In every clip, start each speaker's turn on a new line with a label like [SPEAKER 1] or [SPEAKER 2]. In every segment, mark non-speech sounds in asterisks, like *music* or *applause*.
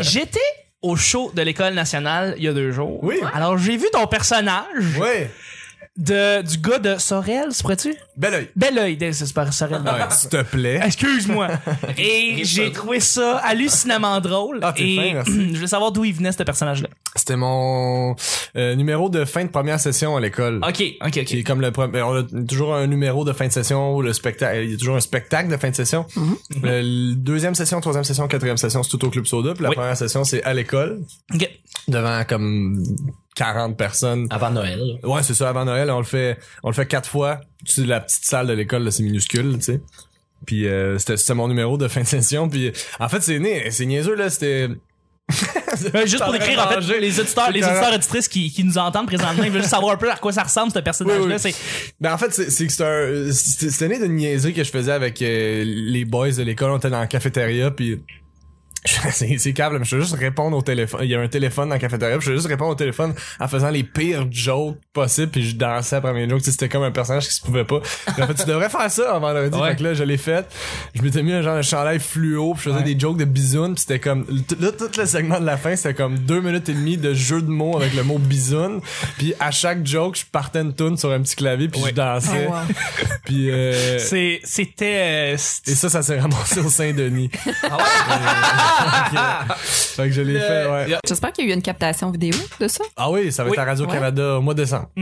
[SPEAKER 1] J'étais au show de l'école nationale il y a deux jours.
[SPEAKER 2] Oui.
[SPEAKER 1] Alors j'ai vu ton
[SPEAKER 2] *laughs*
[SPEAKER 1] personnage
[SPEAKER 2] Oui.
[SPEAKER 1] de du gars de Sorel, Ben se pourrais-tu?
[SPEAKER 2] Bel oeil.
[SPEAKER 1] Bel oeil, c'est super Sorel.
[SPEAKER 2] Ouais, *laughs* S'il te plaît. *laughs*
[SPEAKER 1] Excuse-moi. Et
[SPEAKER 3] Rive
[SPEAKER 1] j'ai
[SPEAKER 3] pas.
[SPEAKER 1] trouvé ça hallucinamment drôle.
[SPEAKER 2] Ah, t'es
[SPEAKER 1] Et
[SPEAKER 2] fin,
[SPEAKER 1] *clears throat*
[SPEAKER 2] merci.
[SPEAKER 1] je voulais savoir d'où il venait ce personnage-là.
[SPEAKER 2] C'était mon euh, numéro de fin de première session à l'école.
[SPEAKER 1] Ok, ok,
[SPEAKER 2] Qui est
[SPEAKER 1] ok.
[SPEAKER 2] comme le premier- on a toujours un numéro de fin de session ou le spectacle, il y a toujours un spectacle de fin de session.
[SPEAKER 1] Mhm.
[SPEAKER 2] Euh, deuxième session, troisième session, quatrième session, c'est tout au club soda. Puis la
[SPEAKER 1] Oui.
[SPEAKER 2] première session, c'est à l'école
[SPEAKER 1] Ok.
[SPEAKER 2] devant comme 40 personnes.
[SPEAKER 3] Avant Noël.
[SPEAKER 2] Ouais, c'est ça. Avant Noël, on le fait, on le fait quatre fois. C'est la petite salle de l'école, là, c'est minuscule, tu sais. Puis euh, c'était c'était mon numéro de fin de session. Puis en fait, c'est né, c'est niaiseux là.
[SPEAKER 1] *laughs*
[SPEAKER 2] C'était
[SPEAKER 1] Euh, juste pour
[SPEAKER 2] Ça
[SPEAKER 1] décrire en fait
[SPEAKER 2] arrangé.
[SPEAKER 1] les auditeurs,
[SPEAKER 2] C'est
[SPEAKER 1] les
[SPEAKER 2] correct.
[SPEAKER 1] auditeurs auditrices qui, qui nous entendent présentement, ils veulent juste savoir un peu à quoi ça ressemble ce personnage-là.
[SPEAKER 2] Oui, oui.
[SPEAKER 1] C'est
[SPEAKER 2] Ben en fait, c'est c'est que c'est un c'est- c'était né d'une niaiserie que je faisais avec euh, les boys de l'école, on était dans la cafétéria puis je- *laughs* c'est c'est câble, mais je veux juste répondre au téléphone. Il y a un téléphone dans la cafétéria, puis je veux juste répondre au téléphone en faisant les pires jokes possibles, puis je dansais après mes jokes. Tu sais, C'était comme un personnage qui se pouvait pas. Puis en fait, tu devrais faire ça en vendredi.
[SPEAKER 3] Ouais.
[SPEAKER 2] Fait que là, je l'ai fait. Je m'étais mis un genre de chandail fluo, puis je faisais des jokes de bisoun, puis c'était comme... t- Là, tout le segment de la fin, c'était comme deux minutes et demie de jeu de mots avec le mot bisoun. Puis à chaque joke, je partais une tune sur un petit clavier, puis je dansais.
[SPEAKER 4] Oh, wow.
[SPEAKER 2] *laughs* Puis... euh,
[SPEAKER 1] c'est- C'était... euh,
[SPEAKER 2] et ça, ça s'est ramassé au Saint-Denis. Euh, Fait que je l'ai fait, ouais.
[SPEAKER 4] J'espère qu'il y a eu une captation vidéo de ça.
[SPEAKER 2] Ah oui, ça va
[SPEAKER 1] Oui. Hmm.
[SPEAKER 2] être à Radio-Canada au mois de décembre. *laughs*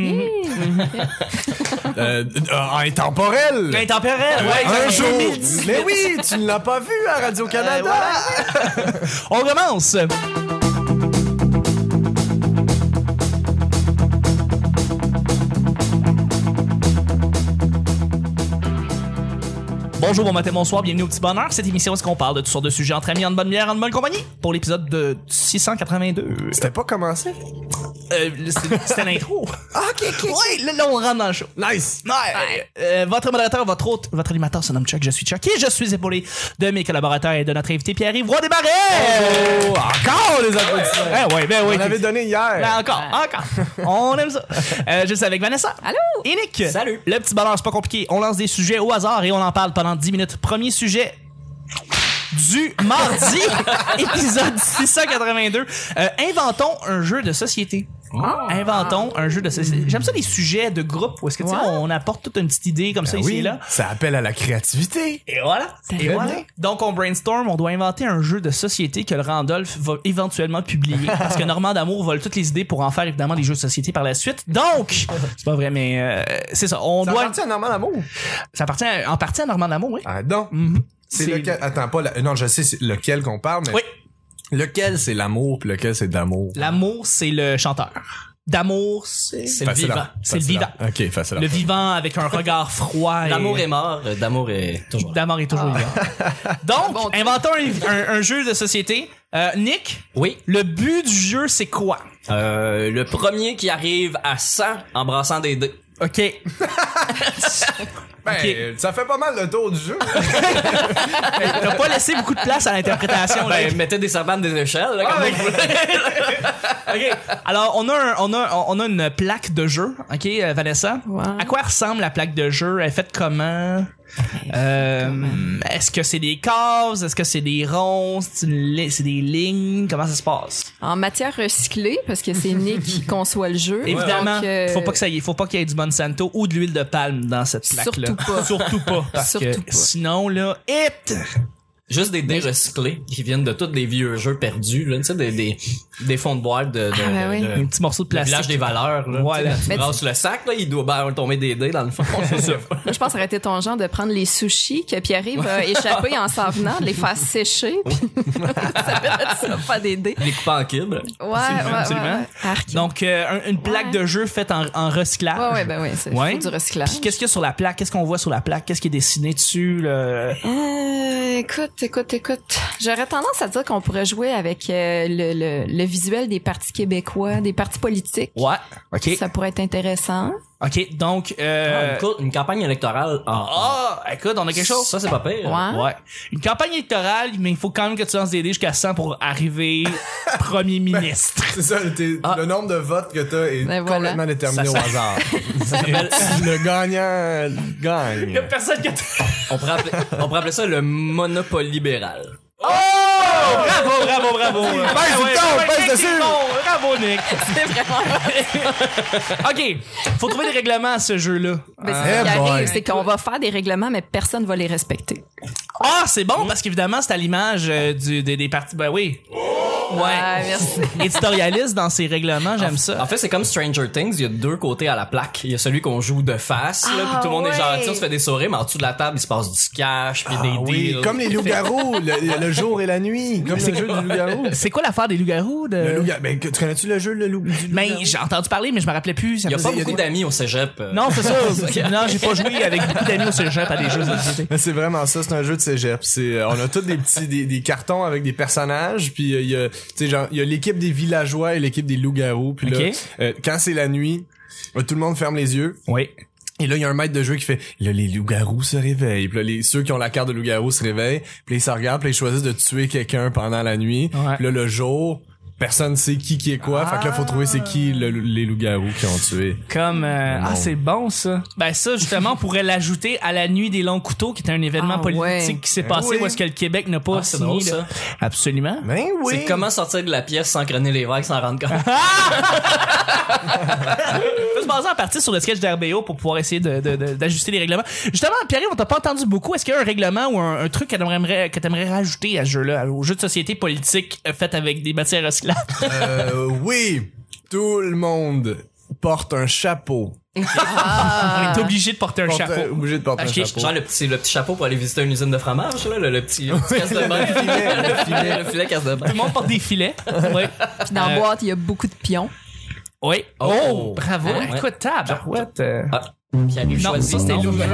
[SPEAKER 2] Euh, euh, intemporel!
[SPEAKER 1] Intemporel, ouais,
[SPEAKER 2] Un
[SPEAKER 1] Ben, exactement.
[SPEAKER 2] jour! Mais oui, tu ne l'as pas vu à
[SPEAKER 1] Euh,
[SPEAKER 2] Radio-Canada!
[SPEAKER 1] voilà. On commence. Bonjour, bon matin, bonsoir, bienvenue au Petit Bonheur. Cette émission, où est-ce qu'on parle de toutes sortes de sujets entre amis, en bonne bière, en bonne compagnie? Pour l'épisode de 682.
[SPEAKER 2] C'était pas commencé?
[SPEAKER 1] Euh, c'était c'était l'intro. Ah, ok, ok. Ouais, là, là, on rentre dans le show.
[SPEAKER 2] Nice!
[SPEAKER 1] Ouais. Euh, votre modérateur, votre hôte, votre animateur se nomme Chuck, je suis Chuck et je suis épaulé de mes collaborateurs et de notre invité Pierre-Yves Roy Desmarais!
[SPEAKER 2] Oh, encore les applaudissements!
[SPEAKER 1] Eh ouais, ben
[SPEAKER 2] On
[SPEAKER 1] oui.
[SPEAKER 2] l'avait donné
[SPEAKER 1] Ben
[SPEAKER 2] hier!
[SPEAKER 1] encore, encore. On aime ça. Euh, je suis avec Vanessa.
[SPEAKER 4] Allô?
[SPEAKER 1] Et Nick.
[SPEAKER 3] Salut.
[SPEAKER 1] Le petit bonheur, c'est pas compliqué. On lance des sujets au hasard et on en parle pendant 10 minutes. Premier sujet du *laughs* mardi, épisode 682. Euh, inventons un jeu de société. Inventons un jeu de société. J'aime ça les sujets de groupe où est-ce que tu sais,
[SPEAKER 4] Ouais.
[SPEAKER 1] on apporte toute une petite idée comme ça Ben ici et là.
[SPEAKER 2] Ben ça appelle à la créativité!
[SPEAKER 1] Et voilà. Et
[SPEAKER 4] Très
[SPEAKER 1] voilà.
[SPEAKER 2] bien.
[SPEAKER 1] Donc, on brainstorm, on doit inventer un jeu de société que le Randolph va éventuellement publier. parce que Normand D'Amour vole toutes les idées pour en faire évidemment des jeux de société par la suite. Donc, c'est pas vrai, mais euh, c'est ça. On
[SPEAKER 2] Ça
[SPEAKER 1] doit.
[SPEAKER 2] appartient à Normal Amour?
[SPEAKER 1] Ça appartient à- en partie à Normand D'Amour, oui.
[SPEAKER 2] Arrête donc!
[SPEAKER 1] Mhm.
[SPEAKER 2] C'est
[SPEAKER 1] C'est-
[SPEAKER 2] lequel... Attends, pas... la- Non, je sais c'est lequel qu'on parle, mais...
[SPEAKER 1] Oui.
[SPEAKER 2] Lequel c'est l'amour, puis lequel c'est de l'amour?
[SPEAKER 1] L'amour, c'est le chanteur. D'amour, c'est
[SPEAKER 3] C'est le
[SPEAKER 2] Facile à-
[SPEAKER 3] vivant.
[SPEAKER 1] c'est le
[SPEAKER 2] facile à-
[SPEAKER 1] vivant.
[SPEAKER 2] Ok, facile. à-
[SPEAKER 1] Le vivant avec un regard froid. et-
[SPEAKER 3] D'amour est mort, euh, d'amour est toujours là.
[SPEAKER 1] D'amour est toujours vivant. Donc,
[SPEAKER 4] Bon truc.
[SPEAKER 1] inventons un, un- un jeu de société. Euh, Nick,
[SPEAKER 3] Oui.
[SPEAKER 1] le but du jeu, c'est quoi?
[SPEAKER 3] Euh, le premier qui arrive à 100 en brassant des dés.
[SPEAKER 1] OK.
[SPEAKER 2] Ben,
[SPEAKER 1] Ok.
[SPEAKER 2] euh, ça fait pas mal le tour du jeu. hein,
[SPEAKER 1] T'as pas laissé beaucoup de place à l'interprétation. là.
[SPEAKER 3] Ben, mettez des servantes des échelles, là, comme on voulait.
[SPEAKER 1] OK. Alors, on a, un- on, a, on a une plaque de jeu, OK, euh, Vanessa?
[SPEAKER 4] Ouais.
[SPEAKER 1] À quoi ressemble la plaque de jeu? Elle est faite comment? Euh, Est-ce que c'est des cases? Est-ce que c'est des ronds? C'est une li- c'est des lignes? Comment ça se passe?
[SPEAKER 4] En matière recyclée, parce que c'est
[SPEAKER 1] *laughs*
[SPEAKER 4] Nick qui conçoit le jeu.
[SPEAKER 1] Évidemment,
[SPEAKER 4] Donc, euh,
[SPEAKER 1] faut pas que ça y ait- faut pas qu'il y ait du Monsanto ou de l'huile de palme dans cette plaque-là.
[SPEAKER 4] Surtout
[SPEAKER 1] *laughs*
[SPEAKER 4] pas.
[SPEAKER 1] Surtout pas. Parce que
[SPEAKER 4] *laughs* Surtout pas.
[SPEAKER 1] sinon, là, hit!
[SPEAKER 3] Juste des dés recyclés qui viennent de tous les vieux jeux perdus, là. Tu sais, des, des, des fonds de boîte de, de,
[SPEAKER 4] Ah, ben oui.
[SPEAKER 3] de-
[SPEAKER 1] Un petit morceau de
[SPEAKER 3] Euh, le
[SPEAKER 1] plastique.
[SPEAKER 3] village des valeurs, là.
[SPEAKER 1] Voilà.
[SPEAKER 3] Tu sais,
[SPEAKER 4] Mais
[SPEAKER 3] Tu brasses le sac, là, il doit ben, tomber des dés dans le fond. C'est *laughs* ça.
[SPEAKER 4] Moi, je pense arrêter ton genre de prendre les sushis que Pierre-Yves a échappé en s'en venant, de
[SPEAKER 1] *laughs*
[SPEAKER 4] les faire sécher, puis *laughs* ça fait de ça, faire des dés.
[SPEAKER 3] Les coupes en cubes.
[SPEAKER 4] Ouais, ouais,
[SPEAKER 1] absolument.
[SPEAKER 4] ouais. Arc.
[SPEAKER 1] Donc, euh, un- une plaque
[SPEAKER 4] Ouais.
[SPEAKER 1] de jeu faite en, en recyclage.
[SPEAKER 4] Ouais, ouais, ben oui, c'est
[SPEAKER 1] Ouais.
[SPEAKER 4] faut du recyclage.
[SPEAKER 1] Puis qu'est-ce qu'il y a sur la plaque? Qu'est-ce qu'on voit sur la plaque? Qu'est-ce qui est dessiné dessus? Le...
[SPEAKER 4] Euh, écoute, écoute, écoute. J'aurais tendance à dire qu'on pourrait jouer avec euh, le, le, le visuel des partis québécois, des partis politiques.
[SPEAKER 1] Ouais. OK.
[SPEAKER 4] Ça pourrait
[SPEAKER 1] *laughs*
[SPEAKER 4] être intéressant.
[SPEAKER 1] OK, donc... Euh...
[SPEAKER 3] Ah, Une co- Une campagne électorale en.
[SPEAKER 1] Ah, écoute, on a quelque chose.
[SPEAKER 3] Ça, c'est pas pire.
[SPEAKER 4] Ouais.
[SPEAKER 1] Ouais. Une campagne électorale, mais il faut quand même que tu lances des dés jusqu'à 100 pour arriver premier ministre.
[SPEAKER 2] C'est ça, t'es-
[SPEAKER 3] Ah.
[SPEAKER 2] le nombre de votes que t'as est
[SPEAKER 4] Ben voilà.
[SPEAKER 2] complètement déterminé
[SPEAKER 3] Ça
[SPEAKER 2] au hasard. le gagnant gagne.
[SPEAKER 1] Personne que tu-
[SPEAKER 3] On pourrait appeler, on pourrait appeler ça le monopole libéral.
[SPEAKER 1] Oh! Bravo, bravo, bravo!
[SPEAKER 2] Baisse
[SPEAKER 1] Ouais,
[SPEAKER 2] le ton,
[SPEAKER 1] ouais,
[SPEAKER 2] baisse
[SPEAKER 1] Nick,
[SPEAKER 2] dessus.
[SPEAKER 1] t'es bon. Bravo, Nick!
[SPEAKER 4] C'est vraiment.
[SPEAKER 1] OK, faut trouver des règlements à ce jeu-là.
[SPEAKER 2] Eh
[SPEAKER 4] Ben, c'est ce qui
[SPEAKER 2] boy.
[SPEAKER 4] arrive, c'est qu'on va faire des règlements, mais personne va les respecter.
[SPEAKER 1] Ah, c'est bon, parce qu'évidemment, c'est à l'image euh, du- des, des parties... Ben oui.
[SPEAKER 4] Ah, merci.
[SPEAKER 1] Éditorialiste dans ses règlements, j'aime ça.
[SPEAKER 3] En fait, c'est comme Stranger Things, il y a deux côtés à la plaque. Il y a celui qu'on joue de face, là,
[SPEAKER 4] Ah,
[SPEAKER 3] puis tout le monde est
[SPEAKER 4] ouais.
[SPEAKER 3] gentil, on se fait des sourires, mais en dessous de la table, il se passe du cash, puis des
[SPEAKER 2] Ah oui,
[SPEAKER 3] deals.
[SPEAKER 2] comme les loups-garous, le, le jour et la nuit, comme le jeu du loup-garou.
[SPEAKER 1] C'est quoi l'affaire des loups-garous? De...
[SPEAKER 2] Le loup-garou, ben, que- tu connais-tu le jeu le loup, du loup-garou?
[SPEAKER 1] Mais j'ai entendu parler, mais Ben, je me rappelais plus. ça
[SPEAKER 3] Il y a
[SPEAKER 1] faisait-
[SPEAKER 3] pas beaucoup d'amis au cégep. euh.
[SPEAKER 1] Non,
[SPEAKER 3] *laughs*
[SPEAKER 1] c'est ça. non, j'ai pas joué avec beaucoup d'amis au cégep à des jeux de société.
[SPEAKER 2] Mais c'est vraiment ça, c'est un jeu de cégep. C'est, euh, on a tous des petits des, des cartons avec des personnages, puis euh, il y a, tu sais, genre, il y a l'équipe des villageois et l'équipe des loups-garous. Puis là,
[SPEAKER 1] Ok.
[SPEAKER 2] euh, quand c'est la nuit, euh, tout le monde ferme les yeux.
[SPEAKER 1] Oui.
[SPEAKER 2] Et là, il y a un maître de jeu qui fait là, les loups-garous se réveillent. Puis là, les, ceux qui ont la carte de loup-garou se réveillent. Puis là, ils se regardent, puis là, ils choisissent de tuer quelqu'un pendant la nuit.
[SPEAKER 1] Ouais.
[SPEAKER 2] Puis là, le jour, personne sait qui qui est quoi. Fait que là, faut trouver c'est qui le- les loups-garous qui ont tué.
[SPEAKER 1] Comme euh,
[SPEAKER 2] Non.
[SPEAKER 1] ah c'est bon ça. Ben ça justement on pourrait l'ajouter à la nuit des longs couteaux qui est un événement
[SPEAKER 4] Ah,
[SPEAKER 1] politique
[SPEAKER 4] ouais.
[SPEAKER 1] qui s'est passé
[SPEAKER 2] oui.
[SPEAKER 1] où est-ce que le Québec n'a pas
[SPEAKER 3] Ah, c'est
[SPEAKER 1] signé
[SPEAKER 3] drôle,
[SPEAKER 1] là.
[SPEAKER 3] ça.
[SPEAKER 1] Absolument.
[SPEAKER 2] Ben oui!
[SPEAKER 3] C'est comment sortir de la pièce sans craner les vagues, sans rendre
[SPEAKER 2] *laughs*
[SPEAKER 3] compte.
[SPEAKER 1] On peut se baser en partie sur le sketch d'RBO pour pouvoir essayer de- de- de- d'ajuster les règlements. Justement Pierre, on t'a pas entendu beaucoup. Est-ce qu'il y a un règlement ou un, un truc que t'aimerais que t'aimerais rajouter à ce jeu-là, au jeu de société politique euh, fait avec des matières recyclables
[SPEAKER 2] Euh, oui, tout le monde porte un chapeau.
[SPEAKER 1] On est obligé de Euh, porter un
[SPEAKER 2] Porte-
[SPEAKER 1] chapeau.
[SPEAKER 2] euh, obligé de porter
[SPEAKER 1] Acheter-
[SPEAKER 2] un chapeau.
[SPEAKER 3] Genre le petit, le petit chapeau pour aller visiter une usine de fromage, là, le, le petit, le petit casse de
[SPEAKER 2] *laughs*
[SPEAKER 3] bain. le filet, le filet, casse de bain.
[SPEAKER 1] Tout le monde porte des filets. *laughs* Ouais.
[SPEAKER 4] Puis dans la
[SPEAKER 1] Euh,
[SPEAKER 4] boîte, il y a beaucoup de pions.
[SPEAKER 1] Oui.
[SPEAKER 3] Oh.
[SPEAKER 1] Oh, bravo.
[SPEAKER 3] Ouais.
[SPEAKER 1] Écoute, tabarouette. euh.
[SPEAKER 3] Ah, Pierre-Yves
[SPEAKER 1] Non,
[SPEAKER 3] choisit,
[SPEAKER 1] ça c'était
[SPEAKER 3] non.
[SPEAKER 1] loup. Ça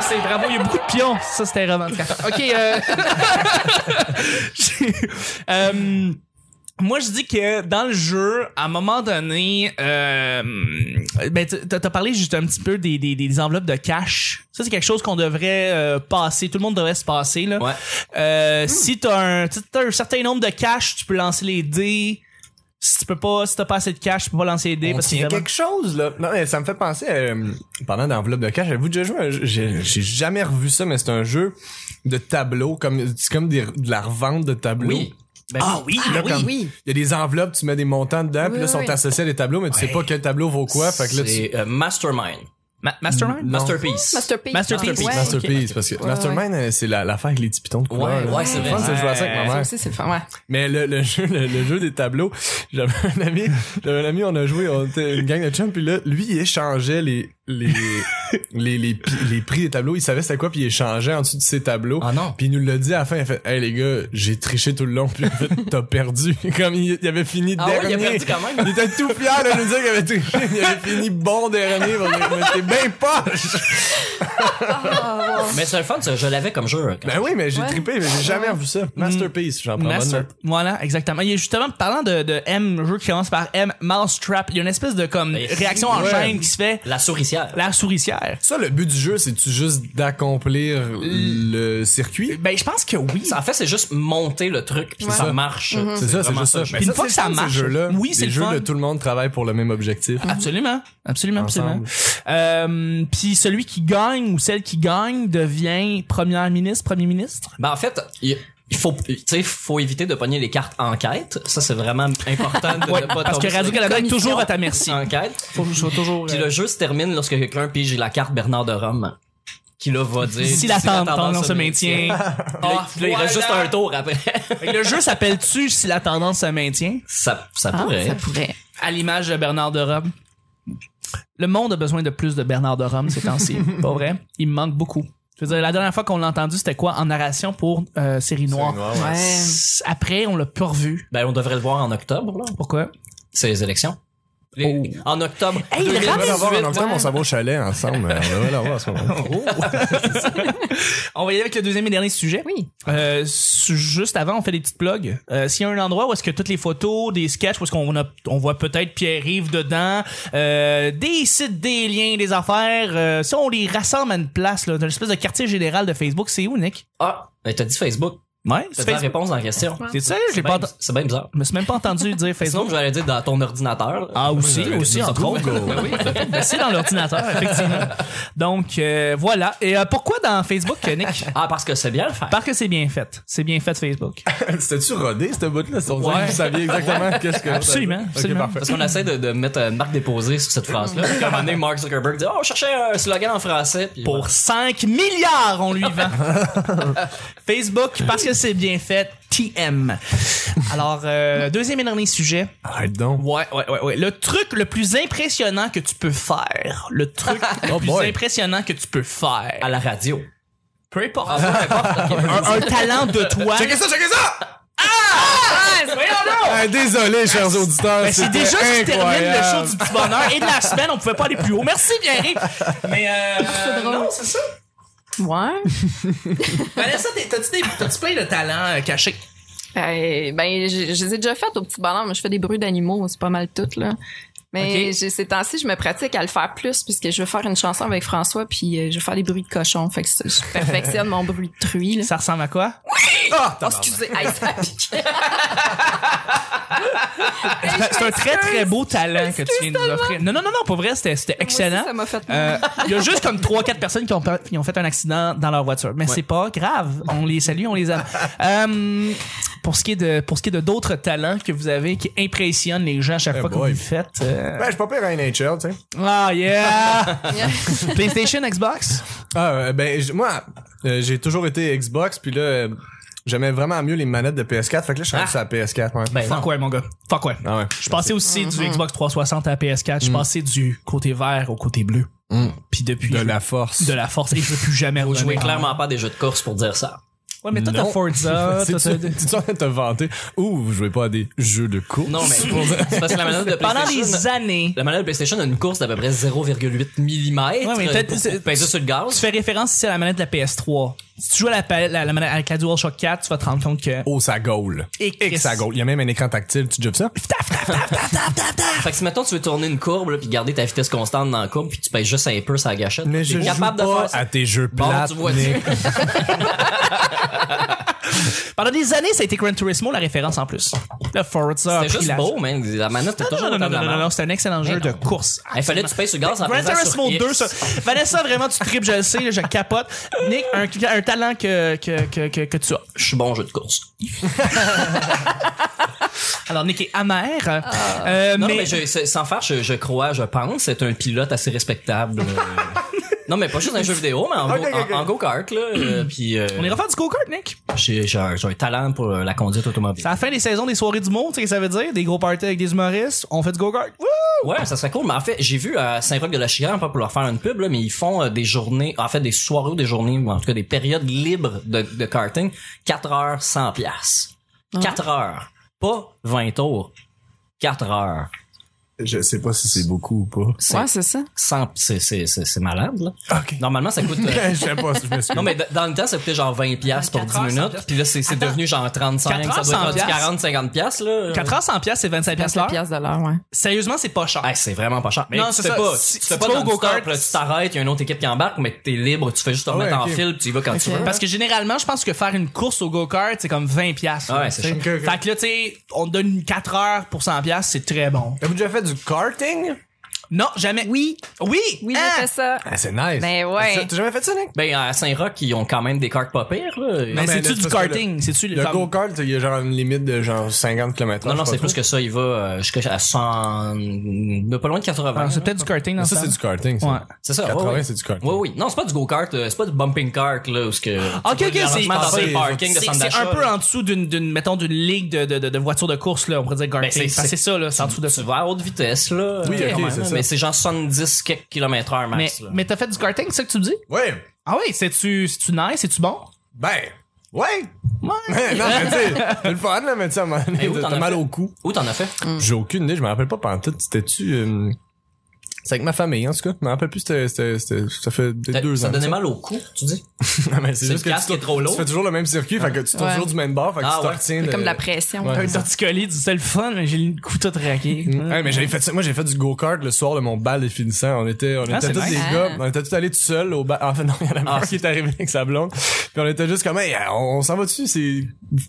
[SPEAKER 1] c'est bravo, il y a beaucoup de pions. Ça c'était romantique. OK. euh, *laughs* j'ai- euh, Moi, je dis que dans le jeu, à un moment donné, euh, ben, t- t'as t'as parlé juste un petit peu des, des, des enveloppes de cash. Ça, c'est quelque chose qu'on devrait euh, passer. Tout le monde devrait se passer. Là.
[SPEAKER 3] Ouais.
[SPEAKER 1] Euh, Si t'as un, si t'as un certain nombre de cash, tu peux lancer les dés. Si tu peux pas, si t'as pas assez de cash, tu peux pas lancer les dés.
[SPEAKER 2] On
[SPEAKER 1] parce que
[SPEAKER 2] tient
[SPEAKER 1] évidemment-
[SPEAKER 2] quelque chose là. Non, mais ça me fait penser. À, euh, parlant d'enveloppe de cash, avez-vous déjà joué à un jeu- J'ai j'ai jamais revu ça, mais c'est un jeu de tableau comme c'est comme des- de la revente de tableaux.
[SPEAKER 3] Oui. Ben,
[SPEAKER 1] Ah oui,
[SPEAKER 2] Là,
[SPEAKER 1] oui.
[SPEAKER 2] comme- Il y a des enveloppes, tu mets des montants dedans, puis
[SPEAKER 4] Oui,
[SPEAKER 2] là, sont
[SPEAKER 4] oui.
[SPEAKER 2] associés à des tableaux, mais tu sais pas quel tableau vaut quoi. Fait que là, tu
[SPEAKER 3] C'est euh, Mastermind.
[SPEAKER 1] Ma- Mastermind?
[SPEAKER 2] Non.
[SPEAKER 3] Masterpiece.
[SPEAKER 4] Masterpiece.
[SPEAKER 1] Masterpiece.
[SPEAKER 4] Ouais.
[SPEAKER 2] Masterpiece parce que Mastermind euh, c'est la- l'affaire avec les petits pitons de couleur.
[SPEAKER 3] Ouais,
[SPEAKER 2] là.
[SPEAKER 3] ouais, c'est
[SPEAKER 2] Je pense
[SPEAKER 3] vrai.
[SPEAKER 2] que j'ai joué à ça avec ma
[SPEAKER 4] Ça
[SPEAKER 2] mère.
[SPEAKER 4] aussi, c'est fun. Ouais.
[SPEAKER 2] Mais le, le jeu le, le jeu des tableaux, j'avais un ami, j'avais un ami, on a joué, on était une gang de chums, puis là, lui, il échangeait les *laughs* les les, les, pi- les prix des tableaux, il savait c'était quoi, puis il échangeait en dessous de ses tableaux.
[SPEAKER 3] Ah non.
[SPEAKER 2] Puis il nous l'a dit à la fin, il a fait "Hey les gars, j'ai triché tout le long, puis en fait, t'as perdu." *laughs* Comme il, il avait fini
[SPEAKER 3] Ah ouais,
[SPEAKER 2] dernier.
[SPEAKER 3] il a perdu quand même.
[SPEAKER 2] Il était tout fier de nous dire qu'il avait triché, il avait fini bon dernier, on était bien poche.
[SPEAKER 3] Mais c'est le fun, ça. Je l'avais comme jeu. quand-
[SPEAKER 2] Ben oui, mais j'ai
[SPEAKER 4] Ouais.
[SPEAKER 2] trippé, mais j'ai jamais revu ça. Masterpiece, j'en prends bonne
[SPEAKER 1] Master-
[SPEAKER 2] note.
[SPEAKER 1] Voilà, exactement. Il y a justement, parlant de, de M, jeu qui commence par M, Mousetrap, il y a une espèce de comme
[SPEAKER 3] Et-
[SPEAKER 1] réaction en
[SPEAKER 2] Ouais.
[SPEAKER 1] chaîne qui se fait
[SPEAKER 3] La souricière.
[SPEAKER 1] la souricière.
[SPEAKER 2] Ça, le but du jeu, c'est-tu juste d'accomplir le circuit?
[SPEAKER 1] Ben, je pense que oui.
[SPEAKER 3] Ça, En fait, c'est juste monter le truc puis
[SPEAKER 4] Ouais.
[SPEAKER 3] ça marche.
[SPEAKER 1] Mhm.
[SPEAKER 2] C'est ça, c'est
[SPEAKER 3] vraiment
[SPEAKER 2] juste ça.
[SPEAKER 3] je-
[SPEAKER 2] Mais
[SPEAKER 1] Une fois
[SPEAKER 2] c'est
[SPEAKER 1] que ça
[SPEAKER 2] le fun,
[SPEAKER 1] marche,
[SPEAKER 2] ces jeux-là,
[SPEAKER 1] oui, c'est
[SPEAKER 2] les
[SPEAKER 1] le
[SPEAKER 2] jeux
[SPEAKER 1] fun. Ah,
[SPEAKER 2] de tout le monde travaille pour le même objectif.
[SPEAKER 3] Mm-hmm.
[SPEAKER 1] Absolument, absolument, absolument.
[SPEAKER 2] Ensemble.
[SPEAKER 1] Euh, Puis celui qui gagne ou celle qui gagne devient première ministre, premier ministre.
[SPEAKER 3] Ben, en fait, il il faut, tu sais, faut éviter de pogner les cartes enquête. Ça, c'est vraiment important de ne pas
[SPEAKER 1] Parce
[SPEAKER 3] tomber
[SPEAKER 1] que
[SPEAKER 3] sur les
[SPEAKER 1] Radio-Canada est
[SPEAKER 3] commissions
[SPEAKER 1] toujours à ta merci.
[SPEAKER 3] Enquête.
[SPEAKER 1] Faut, faut toujours,
[SPEAKER 3] Puis
[SPEAKER 1] euh,
[SPEAKER 3] le jeu se termine lorsque quelqu'un pige la carte Bernard de Rome. Qui là va dire.
[SPEAKER 1] si la tendance,
[SPEAKER 3] tendance
[SPEAKER 1] se maintient.
[SPEAKER 3] Puis là,
[SPEAKER 1] Ah,
[SPEAKER 3] puis là, il reste juste
[SPEAKER 1] voilà.
[SPEAKER 3] un tour après. *laughs*
[SPEAKER 1] Fait que le jeu s'appelle-tu si la tendance se maintient?
[SPEAKER 3] ça, ça
[SPEAKER 4] Ah,
[SPEAKER 3] pourrait.
[SPEAKER 4] ça pourrait.
[SPEAKER 1] à l'image de Bernard de Rome. Le monde a besoin de plus de Bernard de Rome ces temps-ci, pas vrai? Il me manque beaucoup. Je veux dire, la dernière fois qu'on l'a entendu, c'était quoi? En narration pour euh, Série Noire.
[SPEAKER 4] Ouais.
[SPEAKER 1] S- Après, on l'a pas revu.
[SPEAKER 3] Ben, on devrait le voir en octobre, là.
[SPEAKER 1] Pourquoi?
[SPEAKER 3] C'est les élections. Les- En octobre.
[SPEAKER 1] il
[SPEAKER 3] 2018.
[SPEAKER 2] On va l'avoir en octobre, on s'en va au chalet ensemble. hein. On va l'avoir à
[SPEAKER 1] *laughs*
[SPEAKER 2] ce moment-là.
[SPEAKER 1] Oh. On va y aller avec le deuxième et dernier sujet.
[SPEAKER 4] Oui.
[SPEAKER 1] Euh, su- juste avant, on fait des petites plugs. Euh, S'il y a un endroit où est-ce que toutes les photos, des sketchs, où est-ce qu'on a, on voit peut-être Pierre-Yves dedans, euh, des sites, des liens, des affaires, euh, si on les rassemble à une place, là, dans une espèce de quartier général de Facebook, c'est où, Nick?
[SPEAKER 3] Ah, ben, t'as dit Facebook.
[SPEAKER 1] Ouais,
[SPEAKER 3] C'est
[SPEAKER 1] c'est
[SPEAKER 3] la réponse en question.
[SPEAKER 1] C'est ça, j'ai
[SPEAKER 3] C'est
[SPEAKER 1] pas
[SPEAKER 3] bien,
[SPEAKER 1] ent-
[SPEAKER 3] c'est bien bizarre.
[SPEAKER 1] je me suis même pas entendu dire
[SPEAKER 3] Sinon,
[SPEAKER 1] Facebook.
[SPEAKER 3] j'allais dire dans ton ordinateur. là.
[SPEAKER 1] Ah, aussi,
[SPEAKER 3] J'allais
[SPEAKER 1] aussi,
[SPEAKER 3] dire
[SPEAKER 1] entre
[SPEAKER 3] ça.
[SPEAKER 1] autres.
[SPEAKER 3] Ben oui.
[SPEAKER 1] Ben, c'est dans l'ordinateur, effectivement. Donc, euh, voilà. Et euh, pourquoi dans Facebook, euh, Nick?
[SPEAKER 3] Ah, parce que c'est bien le faire.
[SPEAKER 1] Parce que c'est bien fait. C'est bien fait, Facebook.
[SPEAKER 2] *laughs* C'était-tu rodé, ce bout-là? Si on dirait
[SPEAKER 1] Ouais.
[SPEAKER 2] que vous saviez *laughs* exactement qu'est-ce que...
[SPEAKER 1] Absolument,
[SPEAKER 2] Ok,
[SPEAKER 1] absolument.
[SPEAKER 2] parfait.
[SPEAKER 3] Parce qu'on essaie de, de mettre euh, une marque déposée sur cette
[SPEAKER 1] *laughs*
[SPEAKER 3] phrase-là. Puis à un moment donné, Mark Zuckerberg dit Oh, on cherchait un slogan en français. Puis
[SPEAKER 1] Pour 5 milliards, on lui *laughs* vend. Facebook, parce que c'est bien fait, TM. Alors, euh, deuxième et dernier sujet.
[SPEAKER 2] Arrête donc.
[SPEAKER 1] Ouais, ouais, ouais, ouais. Le truc le plus impressionnant que tu peux faire. Le *laughs* truc le
[SPEAKER 2] Oh
[SPEAKER 1] plus
[SPEAKER 2] boy.
[SPEAKER 1] impressionnant que tu peux faire.
[SPEAKER 3] à la radio.
[SPEAKER 1] Peu importe.
[SPEAKER 3] Ah, peu importe. ok.
[SPEAKER 1] Un, un talent de toi.
[SPEAKER 2] Checkez ça, checkez ça!
[SPEAKER 1] Voyons donc!
[SPEAKER 2] Ah, désolé, chers auditeurs.
[SPEAKER 1] Ben, c'est
[SPEAKER 2] c'était
[SPEAKER 1] déjà ce qui termine le show
[SPEAKER 2] incroyable.
[SPEAKER 1] du petit bonheur et de la semaine. On pouvait pas aller plus haut. Merci, Pierre. Mais euh,
[SPEAKER 4] drôle.
[SPEAKER 1] non, c'est ça.
[SPEAKER 4] Ouais.
[SPEAKER 1] Vanessa, t'es- t'as-tu des- t'as-tu plein de talents euh, cachés?
[SPEAKER 4] Euh, ben, je, je les ai déjà faites au petit bonhomme. Je fais des bruits d'animaux, c'est pas mal tout, là. Mais
[SPEAKER 1] Ok.
[SPEAKER 4] j'ai- ces temps-ci, je me pratique à le faire plus puisque je veux faire une chanson avec François puis euh, je veux faire des bruits de cochon. Fait que ça, je perfectionne mon bruit de truie, là.
[SPEAKER 1] Ça ressemble à quoi?
[SPEAKER 2] Ah,
[SPEAKER 4] Oh,
[SPEAKER 2] tabarnak.
[SPEAKER 4] excusez, Hey, ça a piqué.
[SPEAKER 1] C'est c'est un très très beau talent que tu viens de nous offrir. Non, non, non, non, pour vrai, c'était c'était
[SPEAKER 4] Moi
[SPEAKER 1] excellent.
[SPEAKER 4] aussi, ça m'a fait mal.
[SPEAKER 1] Euh, Il y a juste comme 3-4 personnes qui ont, per- qui ont fait un accident dans leur voiture. Mais c'est pas grave. On les salue, on les aime. Euh, pour ce qui est de pour ce qui est de d'autres talents que vous avez qui impressionnent les gens à chaque
[SPEAKER 2] Eh
[SPEAKER 1] fois que vous
[SPEAKER 2] boy.
[SPEAKER 1] le faites. euh,
[SPEAKER 2] Ben, je suis pas pire à NHL, tu sais.
[SPEAKER 1] Ah, yeah! *laughs* PlayStation, Xbox?
[SPEAKER 2] Ah, euh, ben, j- moi, euh, j'ai toujours été Xbox, puis là, euh, j'aimais vraiment mieux les manettes de PS4. Fait que là, je suis rendu
[SPEAKER 1] Ah.
[SPEAKER 2] sur la PS4, ouais.
[SPEAKER 1] Ben, fuck ouais, mon gars. Fuck ouais.
[SPEAKER 2] Ah ouais.
[SPEAKER 1] Je passais aussi
[SPEAKER 3] Mm-hmm.
[SPEAKER 1] du Xbox 360 à la PS4.
[SPEAKER 3] Mm.
[SPEAKER 1] Je passais du côté vert au côté bleu. Puis depuis.
[SPEAKER 2] De
[SPEAKER 1] je-
[SPEAKER 2] la force. *laughs*
[SPEAKER 1] de la force. Et je veux plus jamais
[SPEAKER 3] Vous jouez
[SPEAKER 1] rejouer.
[SPEAKER 3] clairement pas à des jeux de course pour dire ça.
[SPEAKER 1] Ouais, mais toi, t'as
[SPEAKER 2] Non.
[SPEAKER 3] *laughs*
[SPEAKER 1] Forza.
[SPEAKER 2] C'est
[SPEAKER 1] t'as-
[SPEAKER 2] ça.
[SPEAKER 1] t'as-
[SPEAKER 2] *laughs* Tu es en train de te vanter. Ouh, vous jouez pas à des jeux de course.
[SPEAKER 3] Non, mais
[SPEAKER 1] *laughs*
[SPEAKER 3] c'est parce que la manette de
[SPEAKER 1] Pendant
[SPEAKER 3] PlayStation.
[SPEAKER 1] des années,
[SPEAKER 3] La manette de PlayStation a une course d'à peu près 0,8 mm.
[SPEAKER 1] Ouais, mais peut-être- c'est-
[SPEAKER 3] Pèse sur le
[SPEAKER 1] tu
[SPEAKER 3] gaz.
[SPEAKER 1] fais référence ici à la manette de la PS3. Si tu joues à la, pa- la- la manette avec la DualShock 4, tu vas te rendre compte que.
[SPEAKER 2] Oh, ça gaule.
[SPEAKER 1] Et Chris.
[SPEAKER 2] ça gaule. Il y a même un écran tactile, tu jobs ça?
[SPEAKER 3] Fait que si maintenant tu veux tourner une courbe là, puis garder ta vitesse constante dans la courbe puis tu pèses juste un peu sur la gâchette,
[SPEAKER 2] Mais
[SPEAKER 3] t'es
[SPEAKER 2] je joue
[SPEAKER 3] capable de
[SPEAKER 2] pas
[SPEAKER 3] faire ça.
[SPEAKER 2] à tes jeux
[SPEAKER 3] Bon,
[SPEAKER 2] plates.
[SPEAKER 3] tu vois,
[SPEAKER 2] Nick.
[SPEAKER 1] Pendant des années, ça a été Gran Turismo la référence en plus. Le Forza. a
[SPEAKER 3] C'était
[SPEAKER 1] pris
[SPEAKER 3] juste
[SPEAKER 1] la-
[SPEAKER 3] beau, man. La manette, t'es
[SPEAKER 1] Ah, Non,
[SPEAKER 3] toujours
[SPEAKER 1] non,
[SPEAKER 3] dans
[SPEAKER 1] non,
[SPEAKER 3] la
[SPEAKER 1] non, non,
[SPEAKER 3] main.
[SPEAKER 1] non, c'est un excellent jeu de course.
[SPEAKER 3] Il fallait que tu payes sur le gaz en
[SPEAKER 1] Gran
[SPEAKER 3] pesant sur
[SPEAKER 1] Turismo
[SPEAKER 3] X.
[SPEAKER 1] 2, ça. Vanessa, vraiment, tu tripes, je le sais, là, je capote. Nick, un, un talent que, que, que, que, que tu as.
[SPEAKER 3] Je suis bon au jeu de course.
[SPEAKER 1] Alors, Nick est amer. Euh,
[SPEAKER 3] Ah. Non,
[SPEAKER 1] mais,
[SPEAKER 3] mais, je- c'est- sans faire, je, je crois, je pense, c'est un pilote assez
[SPEAKER 1] *laughs*
[SPEAKER 3] respectable. euh. non, mais pas juste un jeu vidéo, mais en,
[SPEAKER 2] Ok,
[SPEAKER 3] go,
[SPEAKER 2] ok,
[SPEAKER 3] en-
[SPEAKER 2] ok.
[SPEAKER 3] en go-kart, là. euh, puis, euh,
[SPEAKER 1] on ira faire du go-kart, Nick.
[SPEAKER 3] j'ai, j'ai, un, j'ai un talent pour euh, la conduite automobile.
[SPEAKER 1] C'est la fin des saisons des soirées du monde, tu sais ce que ça veut dire? Des gros parties avec des humoristes. On fait du go-kart. Wouh!
[SPEAKER 3] Ouais, ça serait cool, mais en fait, j'ai vu à Saint-Roch-de-la-Chigane, pas pour leur faire une pub, là, mais ils font euh, des journées, en fait, des soirées ou des journées, ou en tout cas des périodes libres de, de karting, 4 heures, 100 piastres.
[SPEAKER 1] Ah
[SPEAKER 3] 4 heures. Pas 20 tours. 4 heures.
[SPEAKER 2] Je sais pas si c'est beaucoup ou pas.
[SPEAKER 3] C'est,
[SPEAKER 4] Ouais, c'est ça.
[SPEAKER 3] 100, c'est, c'est, c'est, c'est malade, là.
[SPEAKER 2] Ok.
[SPEAKER 3] Normalement, ça coûte...
[SPEAKER 2] *laughs*
[SPEAKER 3] euh,
[SPEAKER 2] *laughs* je sais pas si je me suis.
[SPEAKER 3] Non, mais d- dans le temps, ça coûtait genre 20$ piastres pour 10
[SPEAKER 1] heures,
[SPEAKER 3] minutes.
[SPEAKER 1] cent
[SPEAKER 3] Puis là, c'est, c'est devenu genre 35,
[SPEAKER 1] Quatre
[SPEAKER 3] ça
[SPEAKER 1] heures,
[SPEAKER 3] doit être
[SPEAKER 1] cent piastres.
[SPEAKER 3] rendu 40, 50$, piastres, là.
[SPEAKER 1] 4 heures, 100 piastres, c'est 25 piastres l'heure.
[SPEAKER 4] pièce de l'heure, ouais.
[SPEAKER 1] Sérieusement, c'est pas cher.
[SPEAKER 3] Hey, c'est vraiment pas cher. Mais
[SPEAKER 1] Non,
[SPEAKER 3] tu
[SPEAKER 1] c'est
[SPEAKER 3] fais
[SPEAKER 1] ça.
[SPEAKER 3] pas,
[SPEAKER 1] Si-
[SPEAKER 3] tu fais
[SPEAKER 1] si
[SPEAKER 3] pas
[SPEAKER 1] tu vas au
[SPEAKER 3] dans le
[SPEAKER 1] go-kart,
[SPEAKER 3] stop, là, tu t'arrêtes, il y a une autre équipe qui embarque, mais t'es libre, tu fais juste te
[SPEAKER 2] ouais,
[SPEAKER 3] remettre en
[SPEAKER 2] ok.
[SPEAKER 3] file, puis tu y vas quand tu
[SPEAKER 4] Ok.
[SPEAKER 3] veux.
[SPEAKER 1] Parce que généralement, je pense que faire une course au go-kart, c'est comme 20 piastres.
[SPEAKER 3] Ouais,
[SPEAKER 1] là,
[SPEAKER 3] c'est
[SPEAKER 1] tu sais.
[SPEAKER 2] cher. Ok, ok.
[SPEAKER 1] Fait que là, tu sais, on te donne 4 heures pour 100 piastres, c'est très bon.
[SPEAKER 2] Avez-vous déjà fait du karting?
[SPEAKER 1] Non, jamais. Oui. Oui.
[SPEAKER 4] Oui,
[SPEAKER 1] Hein?
[SPEAKER 4] j'ai fait ça.
[SPEAKER 2] Ah, c'est nice.
[SPEAKER 4] Ben ouais.
[SPEAKER 2] Ça, T'as jamais fait ça, Nick?
[SPEAKER 3] Ben, à Saint-Roch, ils ont quand même des cartes pas pires, là.
[SPEAKER 1] Mais c'est-tu
[SPEAKER 2] mais Ah, ben, là,
[SPEAKER 1] du
[SPEAKER 2] c'est parce que
[SPEAKER 1] karting? C'est-tu
[SPEAKER 2] Le go-kart, il y a genre une limite de genre 50 km.
[SPEAKER 3] non, non, c'est plus que ça. Il va euh, jusqu'à 100, mais pas loin de 80.
[SPEAKER 1] Non,
[SPEAKER 3] là.
[SPEAKER 1] Ah, c'est peut-être du karting dans
[SPEAKER 2] Ça,
[SPEAKER 1] ce
[SPEAKER 2] Ah, c'est
[SPEAKER 1] temps.
[SPEAKER 2] du karting. ça.
[SPEAKER 1] Ouais.
[SPEAKER 3] c'est ça.
[SPEAKER 2] 80,
[SPEAKER 3] ouais, ouais.
[SPEAKER 2] c'est du karting.
[SPEAKER 3] Oui, oui. Non, c'est pas du go-kart, euh, c'est pas du bumping cart, là, où ce que.
[SPEAKER 1] Ok, ok, c'est-
[SPEAKER 3] dans un
[SPEAKER 2] Ah, c'est-
[SPEAKER 3] parking de
[SPEAKER 1] C'est
[SPEAKER 3] centre
[SPEAKER 1] c'est un
[SPEAKER 3] d'achat,
[SPEAKER 1] peu
[SPEAKER 3] là.
[SPEAKER 1] en dessous d'une, d'une- mettons, d'une ligue de, de, de- de voitures de course, là. On pourrait dire karting.
[SPEAKER 3] Ben, c'est-
[SPEAKER 1] Parce que c'est ça, là. C'est en dessous de ça.
[SPEAKER 3] Tu vas à haute vitesse, là.
[SPEAKER 2] Oui,
[SPEAKER 3] euh,
[SPEAKER 2] ok,
[SPEAKER 3] quand même,
[SPEAKER 2] c'est
[SPEAKER 3] là,
[SPEAKER 2] ça.
[SPEAKER 3] Mais c'est genre 70 quelques kilomètres heure
[SPEAKER 1] Mais,
[SPEAKER 3] max, là.
[SPEAKER 1] mais t'as fait du karting, c'est ça que tu me dis?
[SPEAKER 2] Ouais.
[SPEAKER 1] Ah oui, c'est-tu, c'est-tu nice? C'est-tu bon?
[SPEAKER 2] Ben. Ouais.
[SPEAKER 1] Ouais.
[SPEAKER 2] *laughs* non, mais tu sais, c'est le fun, là, mais tu sais, à un moment donné,
[SPEAKER 3] Et où t'en
[SPEAKER 2] t'as
[SPEAKER 3] as
[SPEAKER 2] mal
[SPEAKER 3] fait? Hmm.
[SPEAKER 2] au cou.
[SPEAKER 3] Où t'en as fait?
[SPEAKER 2] J'ai aucune idée, je me rappelle pas pantoute. C'était-tu. euh, C'est avec ma famille, en tout cas. Je m'en rappelle plus, c'était, c'était- c'était- ça fait des
[SPEAKER 3] Ça-
[SPEAKER 2] deux
[SPEAKER 3] ça
[SPEAKER 2] ans.
[SPEAKER 3] donnait mal au cou, tu dis?
[SPEAKER 2] *laughs* Non, mais c'est
[SPEAKER 3] C'est
[SPEAKER 2] juste
[SPEAKER 3] le
[SPEAKER 2] que
[SPEAKER 3] casque
[SPEAKER 2] tu,
[SPEAKER 3] qui est trop lourd.
[SPEAKER 2] tu fais toujours le même circuit, fait que tu tournes
[SPEAKER 4] Ouais.
[SPEAKER 2] toujours du même bord, fait que
[SPEAKER 3] Ah
[SPEAKER 2] tu te
[SPEAKER 3] ouais.
[SPEAKER 2] retiens
[SPEAKER 4] C'est
[SPEAKER 2] de-
[SPEAKER 4] comme de la pression.
[SPEAKER 2] Ouais.
[SPEAKER 1] Un torticolis, c'était le fun, mais j'ai le cou tout raqué.
[SPEAKER 2] Mm. Hey, mais j'avais fait ça. Moi, j'ai fait du go-kart le soir de mon bal des finissants. On était, on
[SPEAKER 1] c'est
[SPEAKER 2] était tous
[SPEAKER 1] nice.
[SPEAKER 2] des
[SPEAKER 4] Ah.
[SPEAKER 2] gars. On était tous allés tout seuls au bal. En fait, non, il y en a un qui est arrivé avec sa blonde. Puis on était juste comme, hey, on, on s'en va dessus. C'est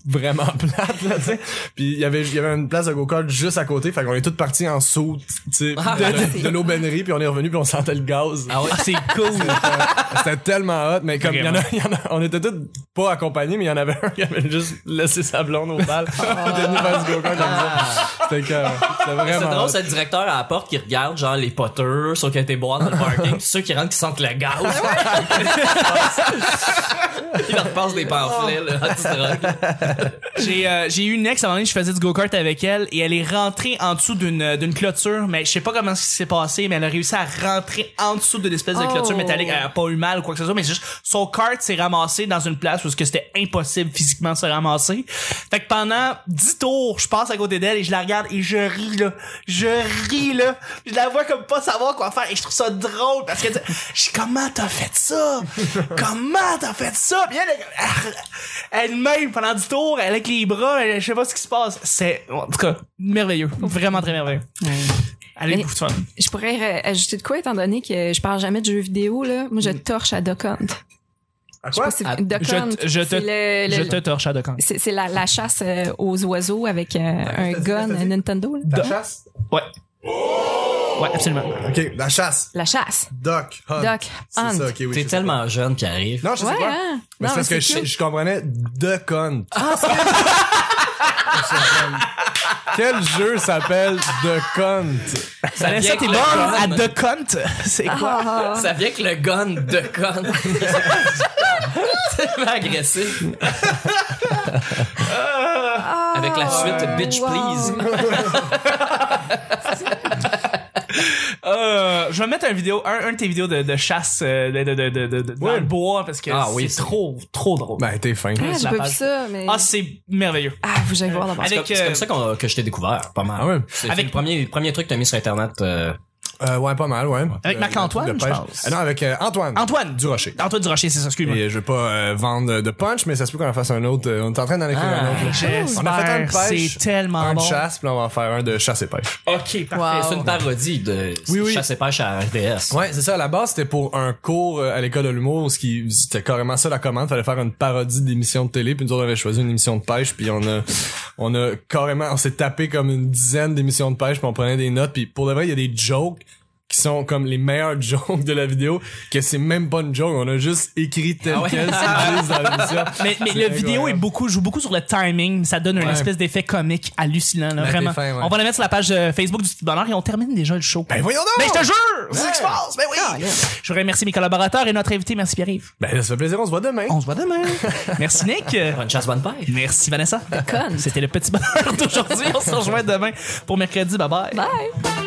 [SPEAKER 2] vraiment *laughs* plate, là, tu sais. Puis il y avait, il y avait une place de go-kart juste à côté. Fait qu'on est tous partis en saut, tu sais,
[SPEAKER 3] Ah,
[SPEAKER 2] de, de- de l'aubennerie. Puis on est revenu puis on sentait le gaz.
[SPEAKER 3] Ah ouais?
[SPEAKER 1] Ah, c'est cool.
[SPEAKER 2] C'était tellement hot, mais comme il y en a,
[SPEAKER 1] Vraiment.
[SPEAKER 2] il y en a- on était tous pas accompagnés, mais il y en avait un qui avait juste laissé sa blonde au bal. Il était venu faire du go-kart comme ça. C'était que- c'était
[SPEAKER 3] C'est
[SPEAKER 2] vraiment
[SPEAKER 3] drôle,
[SPEAKER 2] hot.
[SPEAKER 3] c'est le directeur à la porte qui regarde, genre, les poteurs, ceux qui ont été boire dans le parking, pis ceux qui rentrent qui sentent le gaz. *laughs* Il leur passe des pamphlets, là, anti-drogue.
[SPEAKER 1] *laughs* J'ai euh, j'ai eu une ex à un moment donné, je faisais du go-kart avec elle et elle est rentrée en dessous d'une euh, d'une clôture, mais je sais pas comment ce qui s'est passé, mais elle a réussi à rentrer en dessous d'une espèce de
[SPEAKER 4] Oh.
[SPEAKER 1] clôture métallique. Euh, Elle a pas eu mal ou quoi que ce soit, mais juste son kart s'est ramassé dans une place où ce que c'était impossible physiquement de se ramasser. Fait que pendant 10 tours, je passe à côté d'elle et je la regarde et je ris là, je ris là, je la vois comme pas savoir quoi faire et je trouve ça drôle parce que je comment t'as fait ça Comment t'as fait ça Bien elle-même pendant 10 tours, elle avec les bras, elle- je sais pas ce qui se passe. C'est en tout cas merveilleux, vraiment très merveilleux. Allez,
[SPEAKER 4] Mais-
[SPEAKER 1] beaucoup de fun.
[SPEAKER 4] Je pourrais euh, ajouter de quoi, étant donné que je parle jamais de jeux vidéo, là. Moi, je torche à Duck Hunt.
[SPEAKER 2] À
[SPEAKER 4] Je sais
[SPEAKER 2] quoi?
[SPEAKER 4] pas si
[SPEAKER 3] À-
[SPEAKER 4] Duck
[SPEAKER 1] Mm. Ah, je
[SPEAKER 4] Hunt,
[SPEAKER 1] te- je te-
[SPEAKER 4] c'est le-
[SPEAKER 1] Je
[SPEAKER 4] le-
[SPEAKER 1] te torche à Dokkan.
[SPEAKER 4] c'est c'est la, la chasse euh, aux oiseaux avec euh, un
[SPEAKER 2] vas-y,
[SPEAKER 4] gun
[SPEAKER 2] vas-y.
[SPEAKER 4] Nintendo. là.
[SPEAKER 2] La chasse?
[SPEAKER 1] Ouais. Ouais, absolument.
[SPEAKER 2] Ok, la chasse.
[SPEAKER 4] La chasse.
[SPEAKER 2] Doc. Hunt.
[SPEAKER 4] Duck
[SPEAKER 2] C'est
[SPEAKER 4] Hunt.
[SPEAKER 2] ça, ok, oui. je
[SPEAKER 3] T'es
[SPEAKER 2] sais
[SPEAKER 3] tellement jeune qui arrive.
[SPEAKER 2] pas. Non, je sais
[SPEAKER 4] Ouais,
[SPEAKER 2] pas.
[SPEAKER 4] hein?
[SPEAKER 2] Mais c'est
[SPEAKER 4] Non,
[SPEAKER 2] parce
[SPEAKER 4] mais
[SPEAKER 2] que je,
[SPEAKER 4] c'est cute. Ah,
[SPEAKER 2] je comprenais Duck Hunt. *laughs* Quel jeu s'appelle Duck Hunt?
[SPEAKER 3] Ça vient
[SPEAKER 1] Vanessa,
[SPEAKER 3] avec
[SPEAKER 1] t'es
[SPEAKER 3] le
[SPEAKER 1] bonne
[SPEAKER 3] gun.
[SPEAKER 1] à Dokkan.
[SPEAKER 2] *laughs*
[SPEAKER 1] C'est quoi
[SPEAKER 4] Ah, ah, ah.
[SPEAKER 3] Ça vient avec le gun de con. C'est tellement agressif. Avec la suite Bitch
[SPEAKER 4] wow.
[SPEAKER 3] Please.
[SPEAKER 1] euh, Je vais mettre un vidéo, un, un de tes vidéos de, de chasse euh, de, de, de, de, de, de- dans
[SPEAKER 2] Ouais.
[SPEAKER 1] le bois parce que
[SPEAKER 3] Ah oui,
[SPEAKER 1] c'est
[SPEAKER 3] c'est-
[SPEAKER 1] trop, trop drôle.
[SPEAKER 2] Ben, t'es fin.
[SPEAKER 4] Ah, j'ai
[SPEAKER 1] la
[SPEAKER 4] pas vu
[SPEAKER 1] page.
[SPEAKER 4] ça, mais.
[SPEAKER 1] Ah, c'est merveilleux.
[SPEAKER 4] Ah, vous allez voir d'abord.
[SPEAKER 1] Allez.
[SPEAKER 3] C'est
[SPEAKER 1] Avec,
[SPEAKER 3] comme, c'est
[SPEAKER 1] euh,
[SPEAKER 3] comme ça qu'on- que je t'ai découvert, pas mal.
[SPEAKER 2] Ah ouais?
[SPEAKER 3] C'est
[SPEAKER 1] Avec-
[SPEAKER 3] le premier, le premier truc que t'as mis sur Internet. euh,
[SPEAKER 2] Euh, ouais, pas mal, ouais.
[SPEAKER 1] Avec
[SPEAKER 2] Euh,
[SPEAKER 1] Marc-Antoine,
[SPEAKER 2] le truc de
[SPEAKER 1] je
[SPEAKER 2] pêche.
[SPEAKER 1] pense.
[SPEAKER 2] Ah non, avec euh, Antoine.
[SPEAKER 1] Antoine
[SPEAKER 2] Du Rocher.
[SPEAKER 1] Antoine Durocher, c'est ça, excuse-moi.
[SPEAKER 2] Et je vais pas euh, vendre de punch, mais ça se peut qu'on en fasse un autre. Euh, On est en train d'en écrire
[SPEAKER 3] Ah.
[SPEAKER 2] un autre. là.
[SPEAKER 1] J'espère,
[SPEAKER 2] On a fait un de pêche,
[SPEAKER 1] c'est tellement
[SPEAKER 2] un de
[SPEAKER 1] bon.
[SPEAKER 2] chasse, puis là, on va en faire un de chasse et pêche.
[SPEAKER 1] Ok, parfait.
[SPEAKER 4] Wow.
[SPEAKER 1] Ça,
[SPEAKER 3] C'est une parodie de
[SPEAKER 2] Oui, oui.
[SPEAKER 3] Chasse et pêche à RDS.
[SPEAKER 2] Ouais, c'est ça. À la base, c'était pour un cours euh, à l'école de l'humour, ce qui c'était carrément ça la commande. Fallait faire une parodie d'émission de télé, puis nous autres, on avait choisi une émission de pêche, puis on a, on a carrément, on s'est tapé comme une dizaine d'émissions de pêche, puis on prenait des notes, puis pour de vrai, il y a des jokes qui sont comme les meilleurs *laughs* jokes de la vidéo, que c'est même pas une joke, on a juste écrit tel
[SPEAKER 3] Ah ouais.
[SPEAKER 2] quel ce qu'ils disent dans l'émission.
[SPEAKER 1] *laughs* Mais, mais
[SPEAKER 2] C'est
[SPEAKER 1] le
[SPEAKER 2] incroyable.
[SPEAKER 1] vidéo est beaucoup, joue beaucoup sur le timing. Ça donne une
[SPEAKER 2] Ouais.
[SPEAKER 1] espèce d'effet comique hallucinant, là,
[SPEAKER 2] Ben,
[SPEAKER 1] vraiment.
[SPEAKER 2] t'es fin, ouais.
[SPEAKER 1] On va le mettre sur la page euh, Facebook du Petit Bonheur et on termine déjà le show.
[SPEAKER 2] Ben voyons donc!
[SPEAKER 1] Ben, je te jure! C'est ce qui se passe! Ben oui! Je voudrais remercier mes collaborateurs et notre invité. Merci Pierre-Yves.
[SPEAKER 2] Ben, ça fait plaisir, on se voit demain.
[SPEAKER 1] On se voit demain. Merci Nick.
[SPEAKER 3] Bonne chasse, bonne pêche.
[SPEAKER 1] Merci Vanessa.
[SPEAKER 4] conne.
[SPEAKER 1] C'était le Petit Bonheur d'aujourd'hui. On se rejoint demain pour mercredi. Bye bye.
[SPEAKER 4] Bye.